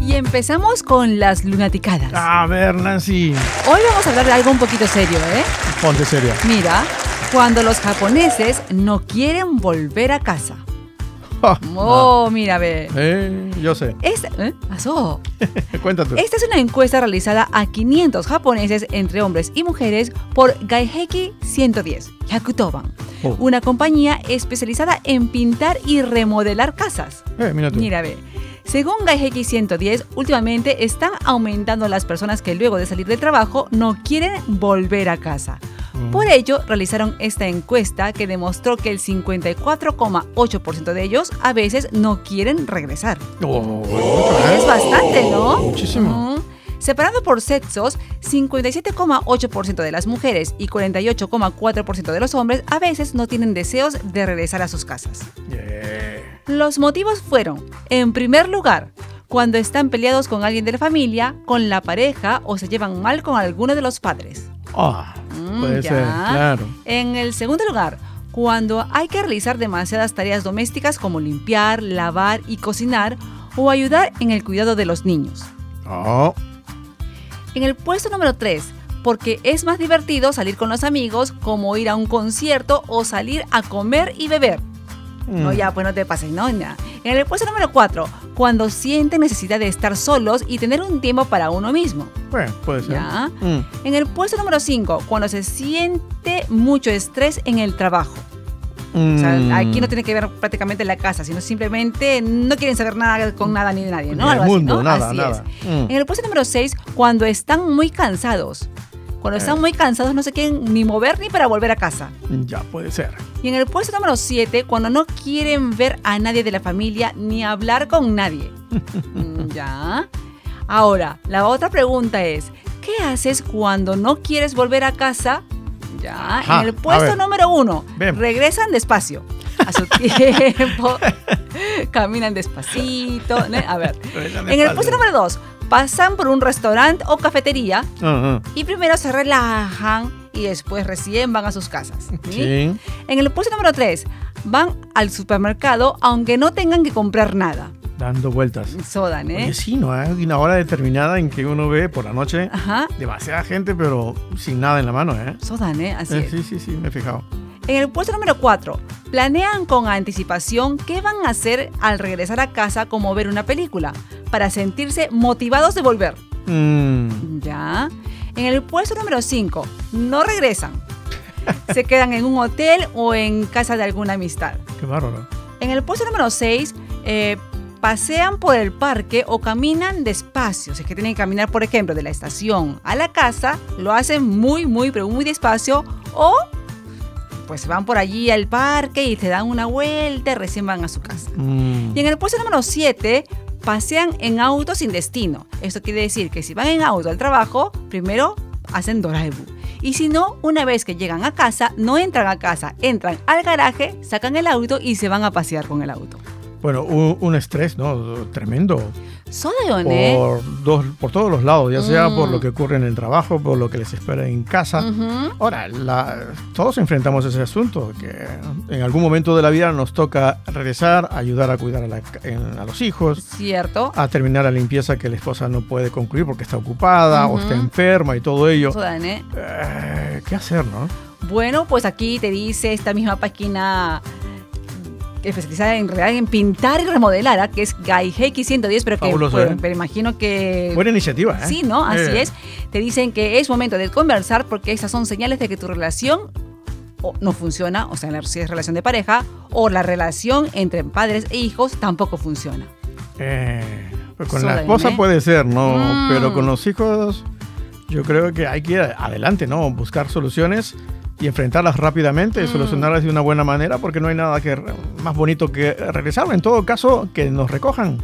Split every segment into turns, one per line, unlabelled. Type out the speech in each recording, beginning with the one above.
Y empezamos con las lunaticadas.
A ver, Nancy.
Hoy vamos a hablar de algo un poquito serio, ¿eh?
Ponte seria.
Mira, cuando los japoneses no quieren volver a casa.
Ja,
Oh, mira, ve.
Ah. eh, yo sé.
Esta, ¿eh? Pasó.
Cuéntate.
Esta es una encuesta realizada a 500 japoneses entre hombres y mujeres por Gaiheki 110, Yakutoban,
Oh.
una compañía especializada en pintar y remodelar casas.
Eh, mira tú.
Mira, ve. Según Gaiheki 110, últimamente están aumentando las personas que luego de salir de trabajo no quieren volver a casa.
Mm.
Por ello, realizaron esta encuesta que demostró que el 54,8% de ellos a veces no quieren regresar.
Oh,
Es bastante, ¿no?
Muchísimo.
Ujú. Separado por sexos, 57,8% de las mujeres y 48,4% de los hombres a veces no tienen deseos de regresar a sus casas.
Yeah.
Los motivos fueron, en primer lugar, cuando están peleados con alguien de la familia, con la pareja o se llevan mal con alguno de los padres.
Ah,
Mm,
puede
ya.
ser, claro.
En el segundo lugar, cuando hay que realizar demasiadas tareas domésticas como limpiar, lavar y cocinar o ayudar en el cuidado de los niños.
Oh,
En el puesto número 3, porque es más divertido salir con los amigos como ir a un concierto o salir a comer y beber. No,
mm.
ya, pues no te pases, no, ya. En el puesto número 4, cuando sienten necesidad de estar solos y tener un tiempo para uno mismo.
Bueno, puede ser.
Ya.
Mm.
En el puesto número 5, cuando se siente mucho estrés en el trabajo. O sea,
Mm.
aquí no tiene que ver prácticamente la casa, sino simplemente no quieren saber nada con nada ni de nadie, ¿no?
Ni del
Algo así,
mundo,
¿no?
nada,
Así
nada. Mm.
En el puesto número 6, cuando están muy cansados. Cuando
Eh.
están muy cansados no se quieren ni mover ni para volver a casa.
Ya puede ser.
Y en el puesto número 7, cuando no quieren ver a nadie de la familia ni hablar con nadie. Mm, ¿Ya? Ahora, la otra pregunta es, ¿qué haces cuando no quieres volver a casa? Ya,
Ajá,
en el
a
puesto
ver.
número uno,
Ven.
regresan despacio. A su tiempo, caminan despacito. ¿no? A ver, en el puesto número 2, pasan por un restaurante o cafetería
Ajá.
y primero se relajan y después recién van a sus casas. ¿sí?
Sí.
En el puesto número 3, van al supermercado aunque no tengan que comprar nada.
Dando vueltas.
Sodan, ¿eh?
Oye, sí, ¿no? Hay una hora determinada en que uno ve por la noche
Ajá.
demasiada gente, pero sin nada en la mano, ¿eh?
Sodan, ¿eh? Así
Eh,
es.
sí, sí, sí, me he fijado.
En el puesto número 4, planean con anticipación qué van a hacer al regresar a casa como ver una película, para sentirse motivados de volver.
Mm.
Ya. En el puesto número 5, no regresan. Se quedan en un hotel o en casa de alguna amistad.
Qué bárbaro.
En el puesto número 6, pasean por el parque o caminan despacio. Si es que tienen que caminar, por ejemplo, de la estación a la casa, lo hacen muy, muy, pero muy despacio. O pues van por allí al parque y se dan una vuelta y recién van a su casa.
Mm.
Y en el puesto número 7, pasean en auto sin destino. Esto quiere decir que si van en auto al trabajo, primero hacen Doraibu. Y si no, una vez que llegan a casa, no entran a casa, entran al garaje, sacan el auto y se van a pasear con el auto.
Bueno, un, un estrés, ¿no? Tremendo.
Sodeone.
Por, dos, por todos los lados, ya sea
Mm.
por lo que ocurre en el trabajo, por lo que les espera en casa.
Ujú.
Ahora, la- todos enfrentamos ese asunto, que en algún momento de la vida nos toca regresar, ayudar a cuidar a, la ca- en- a los hijos,
Cierto.
a terminar la limpieza que la esposa no puede concluir porque está ocupada o
Ujú.
está enferma y todo ello.
Sodeone.
Eh, ¿Qué hacer, no?
Bueno, pues aquí te dice esta misma página especializada en, real- en pintar y remodelar, ¿ah? que es Gaiheki 110, pero que
Fabuloso,
pues,
¿eh?
pero imagino que
Buena iniciativa, ¿eh?
Sí, ¿no? Así
Eh,
es. Te dicen que es momento de conversar porque esas son señales de que tu relación o no funciona, o sea, la- si es relación de pareja, o la relación entre padres e hijos tampoco funciona.
Eh, pues con
Sola,
la esposa
¿eh?
puede ser, ¿no?
Mm.
Pero con los hijos, yo creo que hay que ir adelante, ¿no? Buscar soluciones y enfrentarlas rápidamente,
Mm.
solucionarlas de una buena manera, porque no hay nada que re- más bonito que regresar. En todo caso, que nos recojan.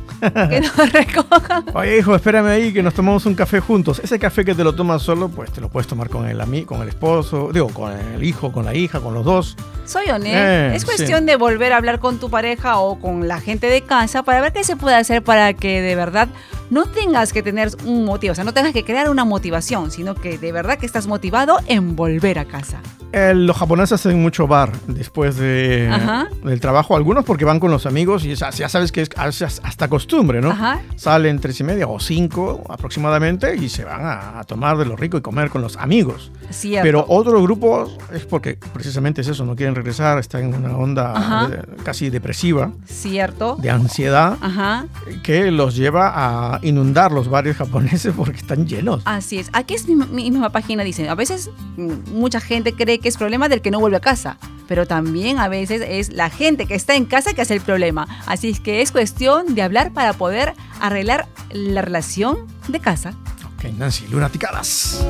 Que no recojan.
Oye, hijo, espérame ahí, que nos tomamos un café juntos. Ese café que te lo tomas solo, pues te lo puedes tomar con el ami- con el esposo, digo, con el hijo, con la hija, con los dos.
Soy honesto.
Eh,
es cuestión de volver a hablar con tu pareja o con la gente de casa para ver qué se puede hacer para que de verdad no tengas que tener un motivo, o sea, no tengas que crear una motivación, sino que de verdad que estás motivado en volver a casa.
eh, los japoneses hacen mucho bar después de,
Ajá.
del trabajo. Algunos porque van con los amigos y es- ya sabes que es hasta costumbre, ¿no?
Ajá.
Salen tres y media o cinco aproximadamente y se van a, a tomar de lo rico y comer con los amigos.
Cierto.
Pero otros grupos es porque precisamente es eso, no quieren regresar, están en una onda
Ajá.
de- casi depresiva,
Cierto.
de ansiedad,
Ajá.
que los lleva a inundar los bares japoneses porque están llenos.
Así es. Aquí es mi, mi misma página, dice. A veces mm, mucha gente cree que es problema del que no vuelve a casa, pero también a veces es la gente que está en casa que hace el problema. Así es que es cuestión de hablar para poder arreglar la relación de casa.
Ok, Nancy, lunaticadas.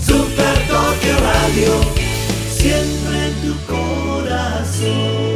Super Tokio Radio, siempre en tu corazón.